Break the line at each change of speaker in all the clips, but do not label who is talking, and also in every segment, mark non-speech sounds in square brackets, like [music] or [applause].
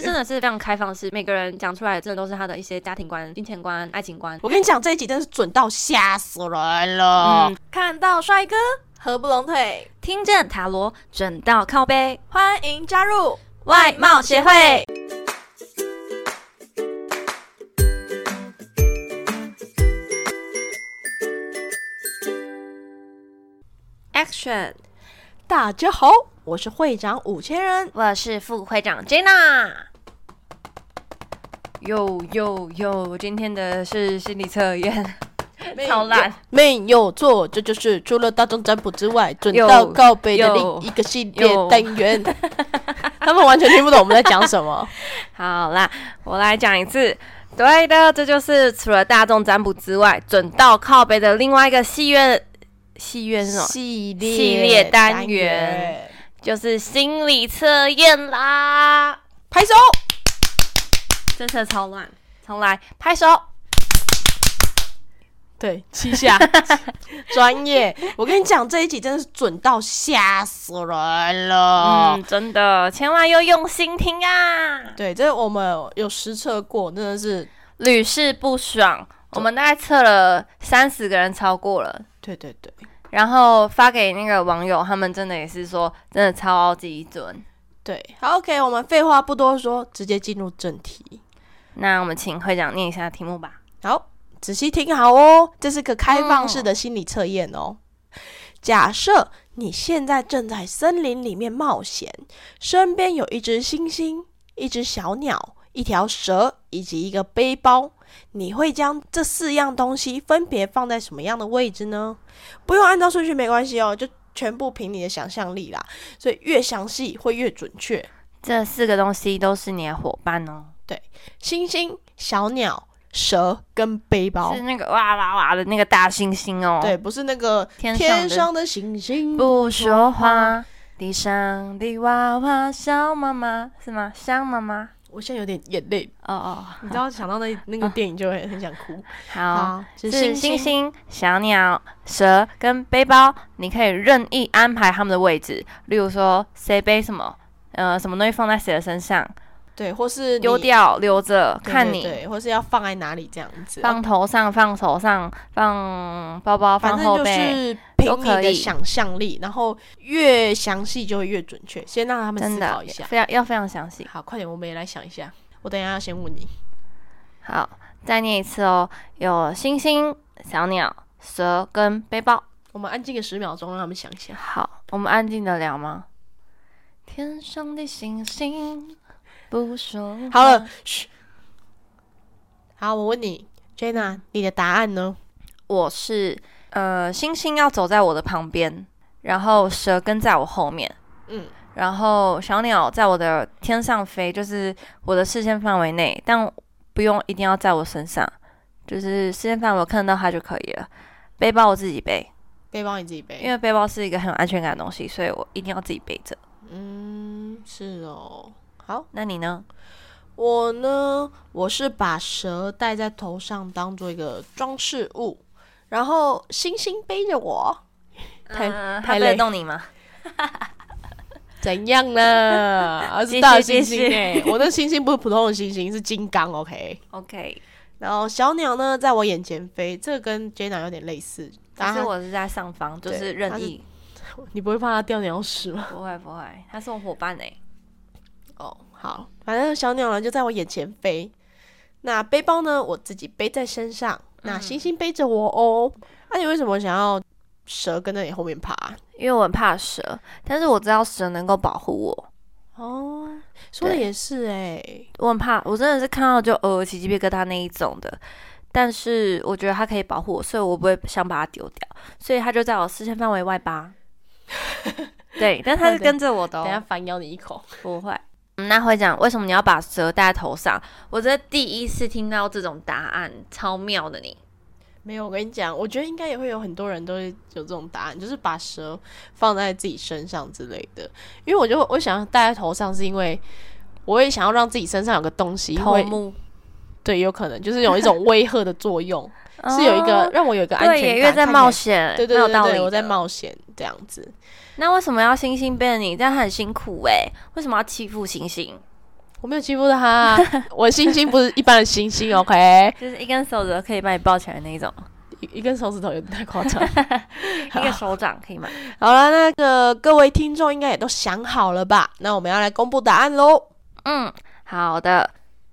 真的是非常开放式，每个人讲出来真的都是他的一些家庭观、金钱观、爱情观。
我跟你讲，这一集真的是准到吓死人了。
嗯
看到帅哥合不拢腿，
听见塔罗，准到靠背，
欢迎加入。
外貌协会。Action！
大家好，我是会长五千 [laughs] 人。
我是副会长 Jenna。哟哟哟！今天的是心理测验，超烂。
没有错，这就是除了大众占卜之外，准
有
到告北的
有
另一个系列
有
单 [laughs] 元。他们完全听不懂我们在讲什 [laughs] 么。
[laughs] 好啦，我来讲一次。对的，这就是除了大众占卜之外，准到靠背的另外一个戏院，戏院是什么？
系列
系列单元，就是心理测验啦。
拍手。
这次超乱，重来，拍手。
对，七下， [laughs] 专业。我跟你讲，这一集真的是准到吓死人了。
嗯，真的，千万要用心听啊，
对，这我们有实测过，真的是，
屡试不爽。我们大概测了三十个人，超过了。
对对对
然后发给那个网友，他们真的也是说，真的超级准。
对。好，OK，我们废话不多说，直接进入正题。
那我们请会长念一下题目吧。
好，仔细听好哦，这是个开放式的心理测验哦。假设你现在正在森林里面冒险，身边有一只猩猩、一只小鸟、一条蛇以及一个背包，你会将这四样东西分别放在什么样的位置呢？不用按照顺序没关系哦，就全部凭你的想象力啦。所以越详细会越准确。
这四个东西都是你的伙伴哦，
猩猩、小鸟、蛇跟背包
是，那个哇哇哇的那个大猩猩哦。
对，，不是那个
天上
天上的星星
的不说话，地上的娃娃小妈妈是吗？香妈妈。
我现在有点眼泪，
哦哦，
你知道想到那那个电影就会很想哭。
好。
啊，
是
是
星
星星，
星、小鸟、蛇跟背包，你可以任意安排他们的位置。例如说，谁背什么，呃，什么东西放在谁的身上，
对，或是你
丢掉留着，
对
看
对
你
对，或是要放在哪里这样子，
放头上、放手上、放包包、
反
放
正
后
就
背。
是凭
都
你
可
的
以
想象力，然后越详细就会越准确。先让他们
真
思
的
考一下。
非常要非常详细。
好，快点，我们也来想一下。我等一下要先问你，
好，再念一次哦。有星星、小鸟、蛇跟背包。
我们安静个十秒钟，让他们想一下。
好，我们安静的聊吗？天上的星星不说话
好了，嘘。好，我问你，Jenna，你的答案呢？
我是呃，星星要走在我的旁边，然后蛇跟在我后面，
嗯，
然后小鸟在我的天上飞，就是我的视线范围内，但不用一定要在我身上，就是视线范围我看得到它就可以了。背包我自己背，
背包你自己背。
因为背包是一个很有安全感的东西，所以我一定要自己
[laughs]
背着。
嗯，是哦。好，
那你呢？
我呢，我是把蛇戴在头上当做一个装饰物，然后星星背着我，太
呃它
太
背
累
得动你吗？
怎样呢？
[laughs]
啊，
继
是
续
大猩
继
猩
续
哎、我的猩猩不是普通的猩猩，是金刚，OK。
OK，
然后小鸟呢，在我眼前飞，这个跟 Jenna 有点类似。
但
但
是
是
我是在上方，就
对
是任
它是
意，
你不会怕它掉鸟屎吗？
不会不会，他是我伙伴哎、
哦，好，反正小鸟呢就在我眼前飞。那背包呢，我自己背在身上。那星星背着我哦。那、你为什么想要蛇跟在你后面爬？
因为我很怕蛇，但是我知道蛇能够保护我。
哦，说的
对
也是哎、
我很怕，我真的是看到就呃起鸡皮疙瘩那一种的。但是我觉得它可以保护我，所以我不会想把它丢掉，所以它就在我视线范围外
[laughs]
吧。对，但它是跟着我的、
等一下
哦，
反咬你一口。
不会。嗯那会长，为什么你要把蛇戴在头上？我这第一次听到这种答案，超妙的你。
没有，我跟你讲，我觉得应该也会有很多人都会有这种答案，就是把蛇放在自己身上之类的。因为我就我想要戴在头上，是因为我也想要让自己身上有个东西，因
头
为
目
对，有可能就是有一种威吓的作用。是有一个让我有一个
哦
安全
对
感，
耶，因为在
看起来
冒险，
对对
蛮
对
有道
对
理
对，
的。
我在冒险这样子。
欸那为什么要星星背着你？这样很辛苦哎、为什么要欺负星星？
我没有欺负 [laughs] 他，啊我星星不是一般的星星，OK？
就是一根手指头可以把你抱起来那一种，
一一根手指头有点太夸 [laughs] 张。
[laughs] 一个手掌可以吗？
好了，那个各位听众应该也都想好了吧？那我们要来公布答案喽。
嗯，好的，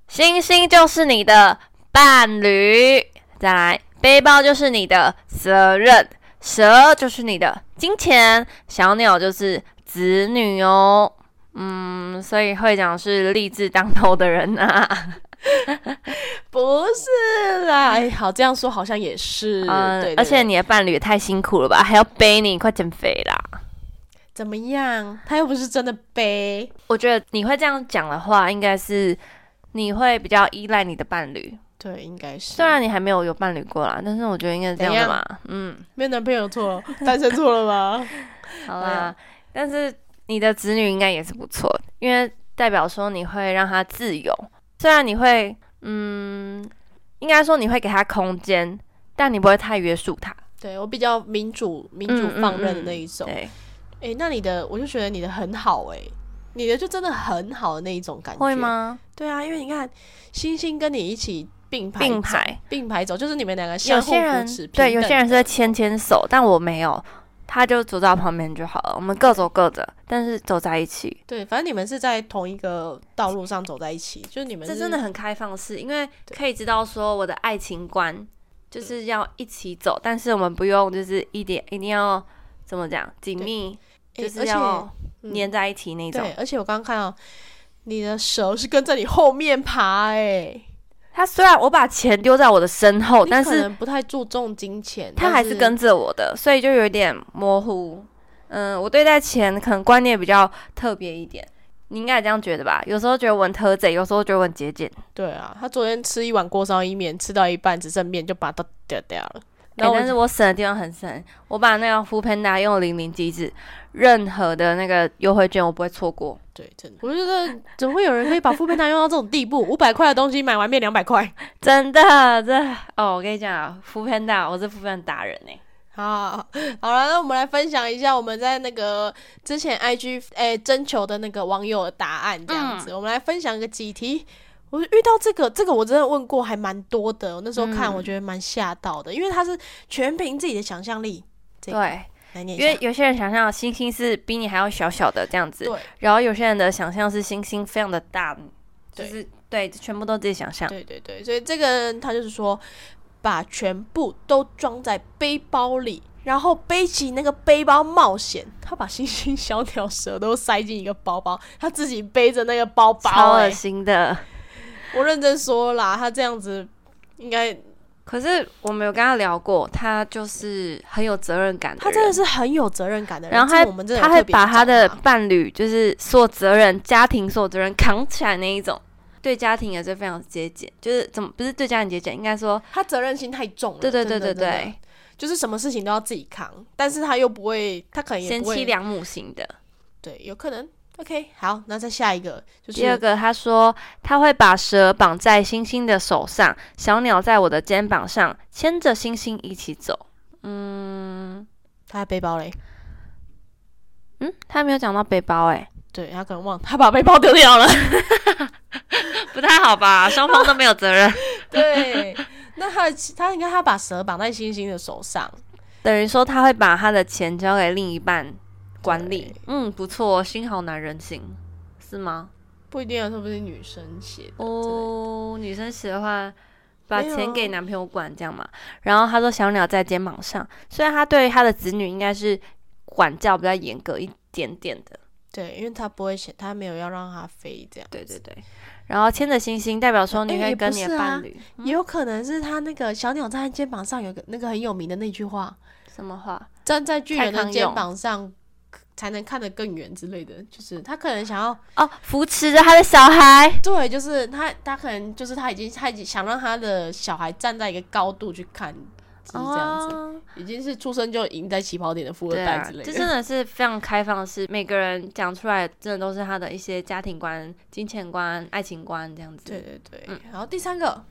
星星就是你的伴侣，再来，背包就是你的责任，蛇就是你的金钱，小鸟就是子女哦。嗯，所以会长是立志当头的人啊。
不是啦，呃哎，好，这样说好像也是，
嗯，
对对
而且
对
你的伴侣也太辛苦了吧，还要背你，快减肥啦！
怎么样？他又不是真的背，
我觉得你会这样讲的话，应该是你会比较依赖你的伴侣，
对，应该是
虽然你还没有有伴侣过啦，但是我觉得应该是这样的
怎样
嘛。嗯，
没有男朋友错了，单身错了吗？
好
哎
啦
呀，
但是你的子女应该也是不错，因为代表说你会让他自由，虽然你会，嗯，应该说你会给他空间，但你不会太约束他。
[laughs] 对我比较民主、民主
嗯嗯
放任的
嗯
那一种。哎、
对，
那你的我就觉得你的很好哎、你的就真的很好的那一种感觉。
会？吗？
对啊，因为你看星星跟你一起并排
并
走
排，
并排走，就是你们两个
有
相互
些
扶
人
持。
对，
平
有些
等
人是
的
会牵牵手，但我没有，他就走到旁边就好了，我们各走各的，但是走在一起。
对，反正你们是在同一个道路上走在一起，就是你们
这
是
真的很开放式，因为可以知道说我的爱情观就是要一起走，但是我们不用就是一点一定要怎么讲紧密，
诶
就是
而且
要
嗯
粘在一起那种。
对，而且我刚刚看到你的蛇是跟在你后面爬、哎，
他虽然我把钱丢在我的身后，
你
哦但
可
是
能不太注重金钱，
他
但
还
是
是跟着我的，所以就有点模糊。嗯，我对待钱可能观念比较特别一点，你应该也这样觉得吧？有时候觉得我很特贼，有时候觉得我很节俭。
对啊，他昨天吃一碗锅烧意面，吃到一半只剩面就把它掉掉了。
欸
然后我
但是我省的地方很省，我把那个 f o o Panda 用零零机制，任何的那个优惠券我不会错过。
对，真的，我就觉得怎么会有人可以把副片单用到这种地步？ [laughs] 五百块的东西买完变两百块
真的，这哦，我跟你讲啊 f o o Panda，我是 f o o Panda 达人哎、
好，好了，那我们来分享一下我们在那个之前 IG 哎、征求的那个网友的答案，这样子，我们来分享个几题。我遇到这个，这个我真的问过还蛮多的。我那时候看，
嗯
我觉得蛮吓到的，因为它是全凭自己的想象力这个
对，
来念一
因为
下。
有些人想象星星是比你还要小小的这样子，
对
然后有些人的想象是星星非常的大，就
对
是对，全部都自己想象。
对对对，所以这个人他就是说，把全部都装在背包里，然后背起那个背包冒险。他把星星、小鸟、蛇都塞进一个包包，他自己背着那个包包、
超
哎
恶心的，
我认真说啦，他这样子应该，
可是我们有跟他聊过，他就是很有责任感的
他
人，
真的是很有责任感的人。
然后他
这个我们真的有
他会
特别
把他的
去找
伴侣，就是所有责任、家庭所有责任扛起来那一种，对家庭也是非常节俭，就是怎么不是对家庭节俭，应该说
他责任心太重了。
对对对
哦真的
对，
哎真的
对，
就是什么事情都要自己扛，但是他又不会，他可能也
贤
不
妻
会。
良母型的。
对，有可能。OK，好，那再下一个就是
第二个，他说他会把蛇绑在星星的手上，小鸟在我的肩膀上，牵着星星一起走。嗯
他的背包嘞，
嗯，他没有讲到背包哎、
对他可能忘了，他把背包丢掉了。 [laughs]
不太好吧？双方都没有责任，
对，那他的其他应该他把蛇绑在星星的手上，
等于说他会把他的钱交给另一半管理
对。
嗯，不错，心好男人心是吗？
不一定啊，是不是女生写的？哦，
哦，女生写的话，把
没有
钱给男朋友管这样嘛。然后他说小鸟在肩膀上，虽然他对他的子女应该是管教比较严格一点点的，
对，因为他不会写，他没有要让它飞这样。
对对对。然后牵着星星，代表说你
哎
会
也不
跟你
是
的
啊
伴侣、嗯
也有可能是他那个小鸟站在肩膀上有个那个很有名的那句话，
什么话？
站在巨
蔡
人
康
的
永
肩膀上才能看得更远之类的，就是他可能想要
哦，扶持着他的小孩。
对，就是他他可能就是他已经他已经想让他的小孩站在一个高度去看，就是这样子，
哦
已经是出生就赢在起跑点的富二
对
代
啊，
之类
这
的。
真的是非常开放式，每个人讲出来真的都是他的一些家庭观、金钱观、爱情观这样子。
[laughs] 对对对，
嗯
然后第三个，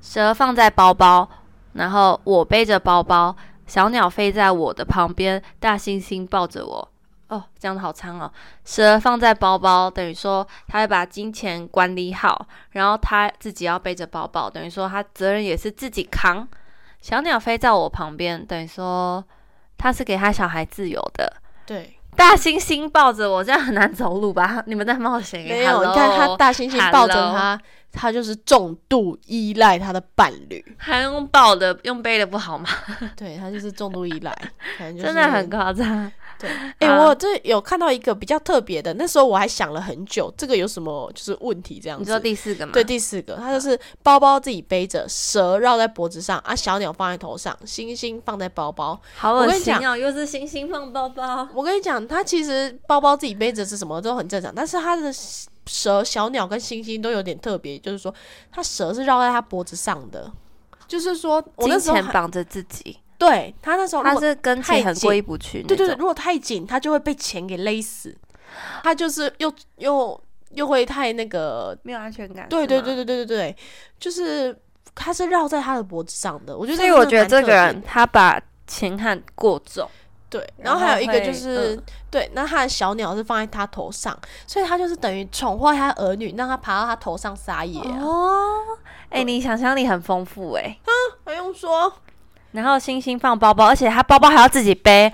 蛇放在包包，然后我背着包包，小鸟飞在我的旁边，大猩猩抱着我。哦，讲的好长哦。蛇放在包包，等于说他会把金钱管理好，然后他自己要背着包包，等于说他责任也是自己扛。小鸟飞在我旁边，等于说他是给他小孩自由的。
对，
大猩猩抱着我，这样很难走路吧？ [laughs] 你们在冒险？
没有，你看他大猩猩抱着
哎 hello
他，他就是重度依赖他的伴侣，
[laughs] 还用抱的，用背的不好吗？
对他就是重度依赖，可能就是
真的很啊夸张。
对。哎、
好
我这有看到一个比较特别的，那时候我还想了很久，这个有什么就是问题这样子。
你说第四个吗？
对，第四个，它就是包包自己背着，蛇绕在脖子上啊，小鸟放在头上，星星放在包包。
好
我
恶
跟你
心
讲
哦，又是星星放包包。
我跟你讲，它其实包包自己背着是什么都很正常，但是它的蛇、小鸟跟星星都有点特别，就是说它蛇是绕在它脖子上的，就是说我那
金
时候
钱
还
绑着自己，
对它那时候如
他
果
是跟
太
钱很
紧
过意不去那
对
种。
对对，如果太紧，它就会被钱给勒死，它就是又又又会太那个
没有安全感。
对
是
对
吗
对。对对对对，就是它是绕在它的脖子上的，我觉得
所以
真的
我觉得
蛮
这
特
个
别
人他把钱看过重，
对，然
然
后还有
后
一个就
会
是、
嗯
对，那他的小鸟是放在他头上，所以他就是等于宠坏他儿女，让他爬到他头上撒野、啊。
哦，哎、你想象力很丰富哎、
不用说，
然后星星放包包，而且他包包还要自己背，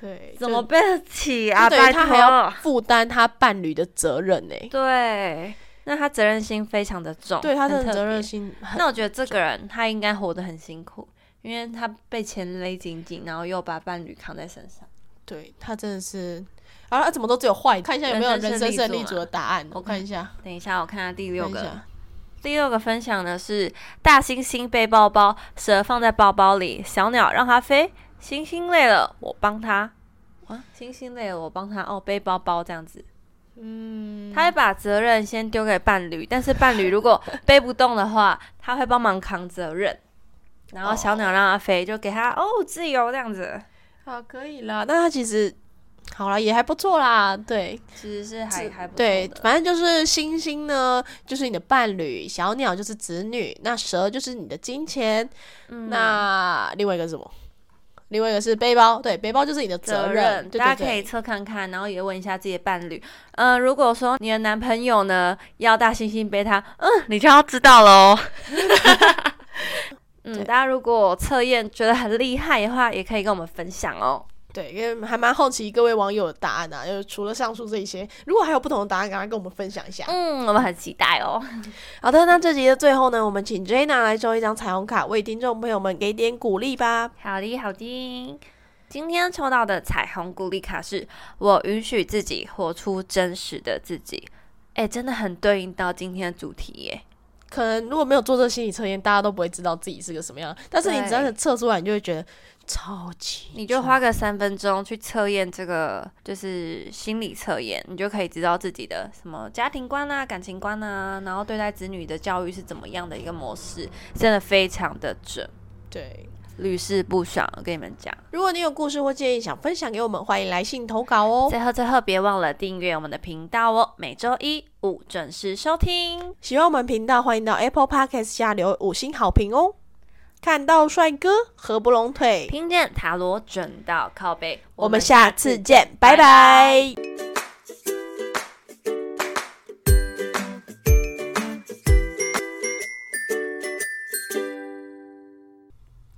对，
怎
就
么背得起
就
啊？
等
拜
于他还要
托。
负担他伴侣的责任呢、
对，那他责任心非常的重，
对他
很
的
特
责任
别
[laughs] 心哦很
那我觉得这个人他应该活得很辛苦，因为他被钱勒紧紧，然后又把伴侣扛在身上。
对，他真的是。啊，他怎么都只有坏？看一下有没有
人生
人生
胜利
胜
组
利组
嘛
啊的答案，我
我
看
看
一下。
等一下，我看下第六
看一
个。
下，
第六个分享的是大猩猩背包包，蛇放在包包里，小鸟让它飞，猩猩累了我帮它。啊，猩猩累了我帮它哦，背包包这样子，
嗯，
他会把责任先丢给伴侣，但是伴侣如果背不动的话，他会帮忙扛责任。然后小鸟让它飞，就给它哦自由这样子，
好，可以啦。那他其实好啦，也还不错啦，对，
其实是还还不错
对，
的。
反正就是星星呢，就是你的伴侣；小鸟就是子女；那蛇就是你的金钱；
嗯
那另外一个是什么？另外一个是背包，对，背包就是你的
责
任。对对对
大家可以测看看，然后也问一下自己的伴侣。嗯、如果说你的男朋友呢要大猩猩背他，嗯，你就要知道 [laughs] 喽。嗯
对，
大家如果测验觉得很厉害的话，也可以跟我们分享哦。
对，因为还蛮好奇各位网友的答案啊，就是除了上述这一些，如果还有不同的答案，赶快跟我们分享一下。
嗯，我们很期待哦。
好的，那这集的最后呢，我们请 Jana 来抽一张彩虹卡，为听众朋友们给点鼓励吧。
好的，好的。今天抽到的彩虹鼓励卡是：我允许自己活出真实的自己。哎、真的很对应到今天的主题耶。
可能如果没有做这个心理测验，大家都不会知道自己是个什么样，但是你只要
对
测出来，你就会觉得超级
你就花个三分钟去测验这个，就是心理测验，你就可以知道自己的什么家庭观啊、感情观啊，然后对待子女的教育是怎么样的一个模式，真的非常的准，
对。
屡试不爽。我跟你们讲，
如果你有故事或建议想分享给我们，欢迎来信投稿哦。
最后最后别忘了订阅我们的频道哦，每周一五准时收听。
喜欢我们频道，欢迎到 Apple Podcast 下留五星好评哦。看到帅哥合不拢腿，
听见塔罗准到靠背，
我们下次见，拜拜。